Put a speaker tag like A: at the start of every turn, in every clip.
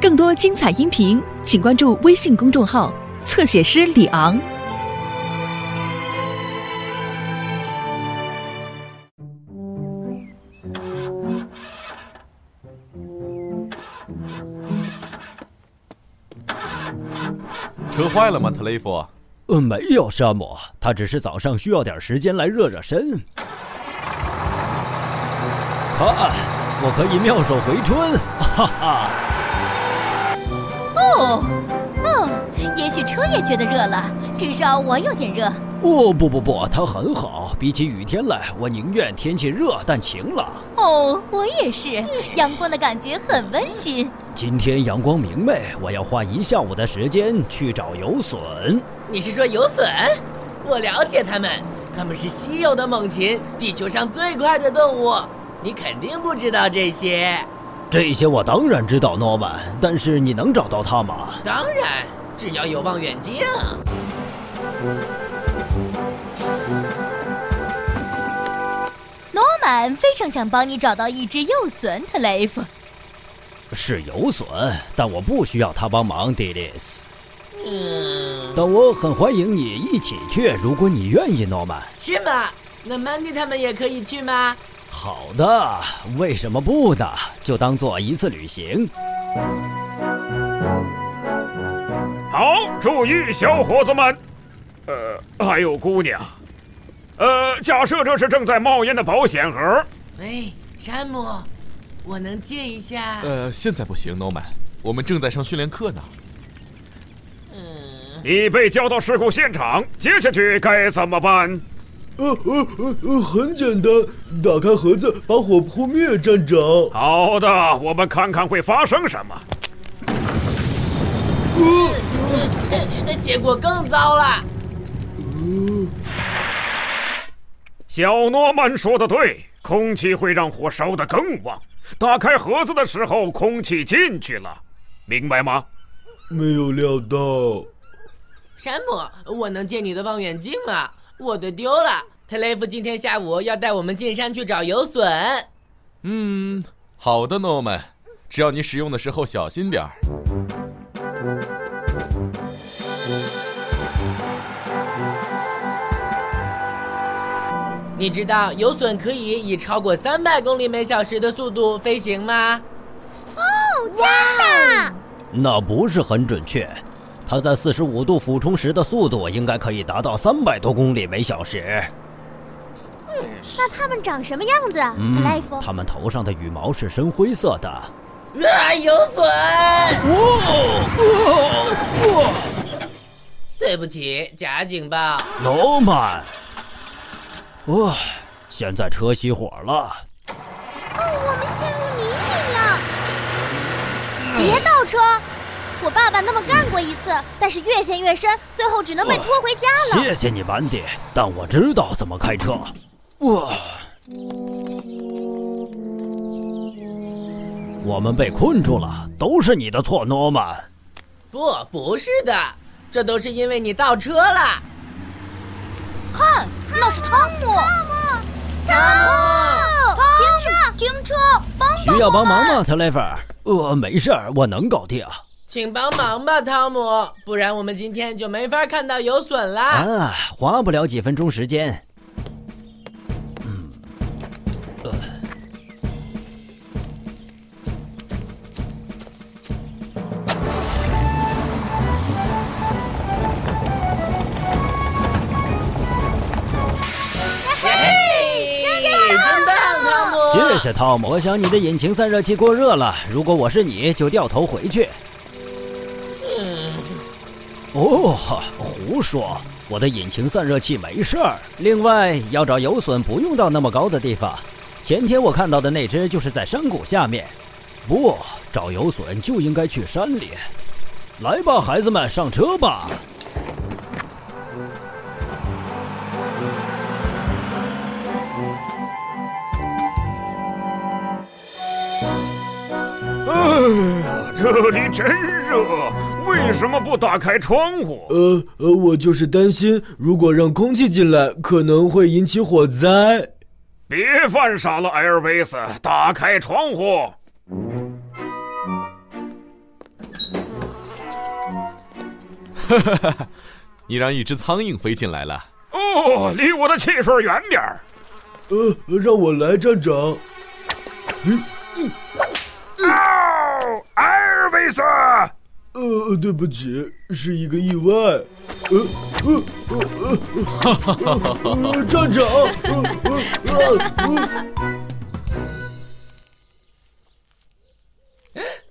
A: 更多精彩音频，请关注微信公众号“侧写师李昂”。
B: 车坏了吗，特雷弗？
C: 呃，没有，沙姆，他只是早上需要点时间来热热身。看，啊我可以妙手回春， 哈哈！
D: 哦，哦，也许车也觉得热了，至少我有点热。
C: 哦，不不不，它很好，比起雨天来，我宁愿天气热但晴朗。
D: 哦，我也
E: 嗯
D: 是，阳光的感觉很温馨。
C: 今天阳光明媚，我要花一下午的时间去找游隼。
F: 你是说游隼？我了解它们，它们是稀有的猛禽，地球上最快的动物。你肯定不知道这些。
C: 这些我当然知道，诺曼，但是你能找到它吗？
F: 当然，只要有望远镜。
D: 诺曼非常想帮你找到一只幼隼，特雷弗。
C: 是游隼，但我不需要他帮忙，迪丽斯。
F: 嗯，
C: 但我很欢迎你一起去，如果你愿意，诺曼。
F: 是吗？那曼迪他们也可以去吗？
C: 好的，为什么不呢？就当做一次旅行。
G: 好，注意，小伙子们，呃，还有姑娘，呃，假设这是正在冒烟的保险盒，
F: 喂，山姆，我能借一下？
B: 呃，现在不行，Norman，我们正在上训练课呢。
F: 嗯，
G: 你被叫到事故现场，接下去该怎么办？
H: 呃呃呃呃，很简单，打开盒子，把火扑灭，站长。
G: 好的，我们看看会发生什么。
F: 那结果更糟了。
G: 小诺曼说的对，空气会让火烧得更旺。打开盒子的时候，空气进去了，明白吗？
H: 没有料到，
F: 山姆，我能借你的望远镜吗？我的丢了。特雷弗今天下午要带我们进山去找游隼。
B: 嗯，好的，Norman，只要你使用的时候小心点儿。
F: 你知道游隼可以以超过三百公里每小时的速度飞行吗？
C: 那不是很准确。它在四十五度俯冲时的速度应该可以达到三百多公里每小时。
E: 那它们长什么样子啊？
C: 嗯
E: 特雷弗，
C: 它们头上的羽毛是深灰色的。
F: 啊，游隼！
C: 哦
F: 对不起，假警报。
C: 哦，罗曼，哇、哦现在车熄火了。
E: 哦我们陷入泥泞了。别倒车！我爸爸那么干过一次，但是越陷越深，最后只能被拖回家了。
C: 谢谢你，班迪，但我知道怎么开车。哇！我们被困住了，都是你的错，诺曼。
F: 不，不是的，这都是因为你倒车了。
D: 看，那是汤姆！
F: 汤
D: 停车！停车！帮帮
C: 需要帮忙
D: 我们？
C: 吗，特雷弗？呃，没事儿，我能搞定。
F: 请帮忙吧，汤姆，不然我们今天就没法看到游隼啦。
C: 啊，花不了几分钟时间。
F: 嘿，真棒，汤姆！
C: 谢谢汤姆，我想你的引擎散热器过热了。如果我是你，就掉头回去。哦，胡说，我的引擎散热器没事儿。另外，要找游隼不用到那么高的地方。前天我看到的那只就是在山谷下面。不，找游隼就应该去山里。来吧，孩子们，上车吧。
G: 呃，这里真热，为什么不打开窗户？
H: 呃呃，我就是担心，如果让空气进来，可能会引起火灾。
G: 别犯傻了，艾尔维斯！打开窗户。
B: 你让一只苍蝇飞进来了。
G: 哦，离我的汽水远点儿。
H: 呃，让我来，站长。
G: 哦，艾尔维斯，
H: 呃，对不起，是一个意外。呃呃呃呃呃呃，站长。呃呃呃呃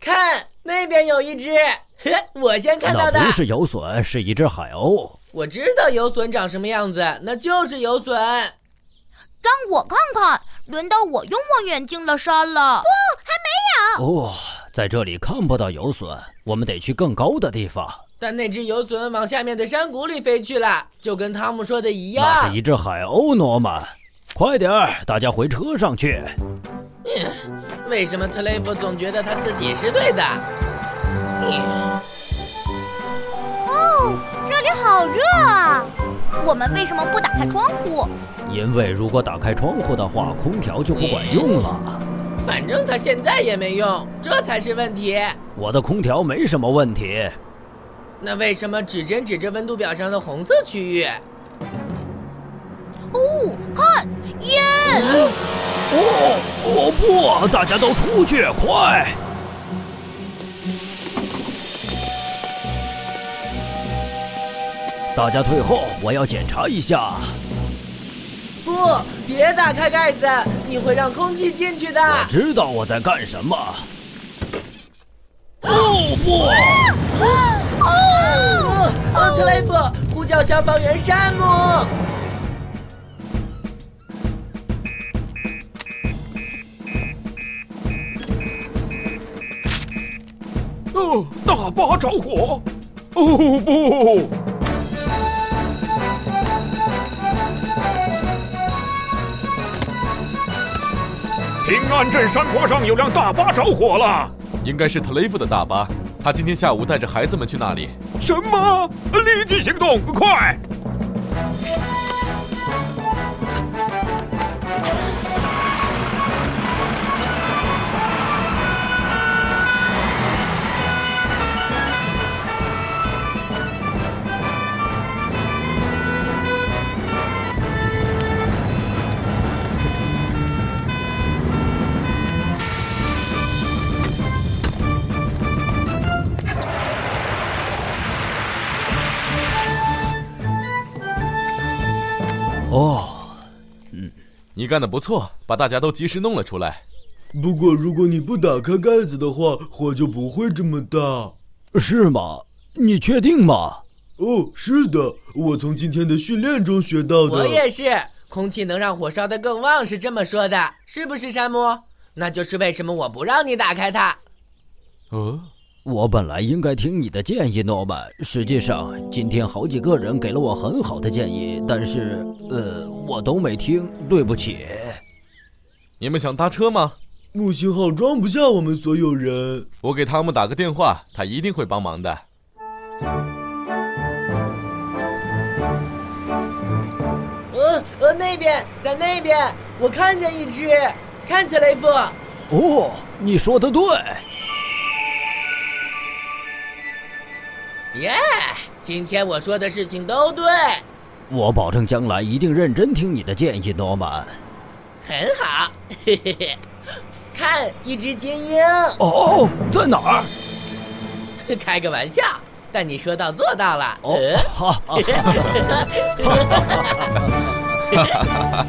F: 看那边有一只， 呵我先看到
C: 那
F: 的。
C: 不是游隼，是一只海鸥。
F: 我知道游隼长什么样子，那就是游隼。
D: 让我看看，轮到我用望远镜的山了。
C: 哦，在这里看不到游隼，我们得去更高的地方。
F: 但那只游隼往下面的山谷里飞去了，就跟汤姆说的一样。
C: 那是一只海鸥，诺曼，快点儿，大家回车上去。
F: 为什么特雷弗总觉得他自己是对的？
E: 哦这里好热啊！
D: 我们为什么不打开窗户？
C: 因为如果打开窗户的话，空调就不管用了。
F: 反正他现在也没用，这才是问题。
C: 我的空调没什么问题，
F: 那为什么指针指着温度表上的红色区域？
D: 哦，看，耶！
C: 哦哦不！大家都出去，快！大家退后，我要检查一下。
F: 不，别打开盖子，你会让空气进去的。
C: 知道我在干什么？哦不！
F: 哦，哦特雷弗，呼叫消防员山姆。
G: 哦，大巴着火。哦不！平安镇山坡上有辆大巴着火了。
B: 应该是特雷弗的大巴，他今天下午带着孩子们去那里。
G: 什么？立即行动，快！
C: 哦，
B: 你干得不错，把大家都及时弄了出来。
H: 不过，如果你不打开盖子的话，火就不会这么大。
C: 是吗？你确定吗？
H: 哦，是的，我从今天的训练中学到的。
F: 我也是，空气能让火烧得更旺是这么说的，是不是山姆？那就是为什么我不让你打开它。
B: 哦，
C: 我本来应该听你的建议，诺曼。实际上，今天好几个人给了我很好的建议，但是，呃，我都没听。对不起。
B: 你们想搭车吗？
H: 木星号装不下我们所有人。
B: 我给汤姆打个电话，他一定会帮忙的。
F: 呃呃，那边，在那边，我看见一只，看特雷弗，
C: 哦，你说的对。
F: 耶、今天我说的事情都对，
C: 我保证将来一定认真听你的建议，诺曼。
F: 很好，嘿嘿嘿。看，一只金鹰，
C: 哦，在哪儿？
F: 开个玩笑，但你说到呃做到了。
C: 哦
F: 呃，
C: 哈哈。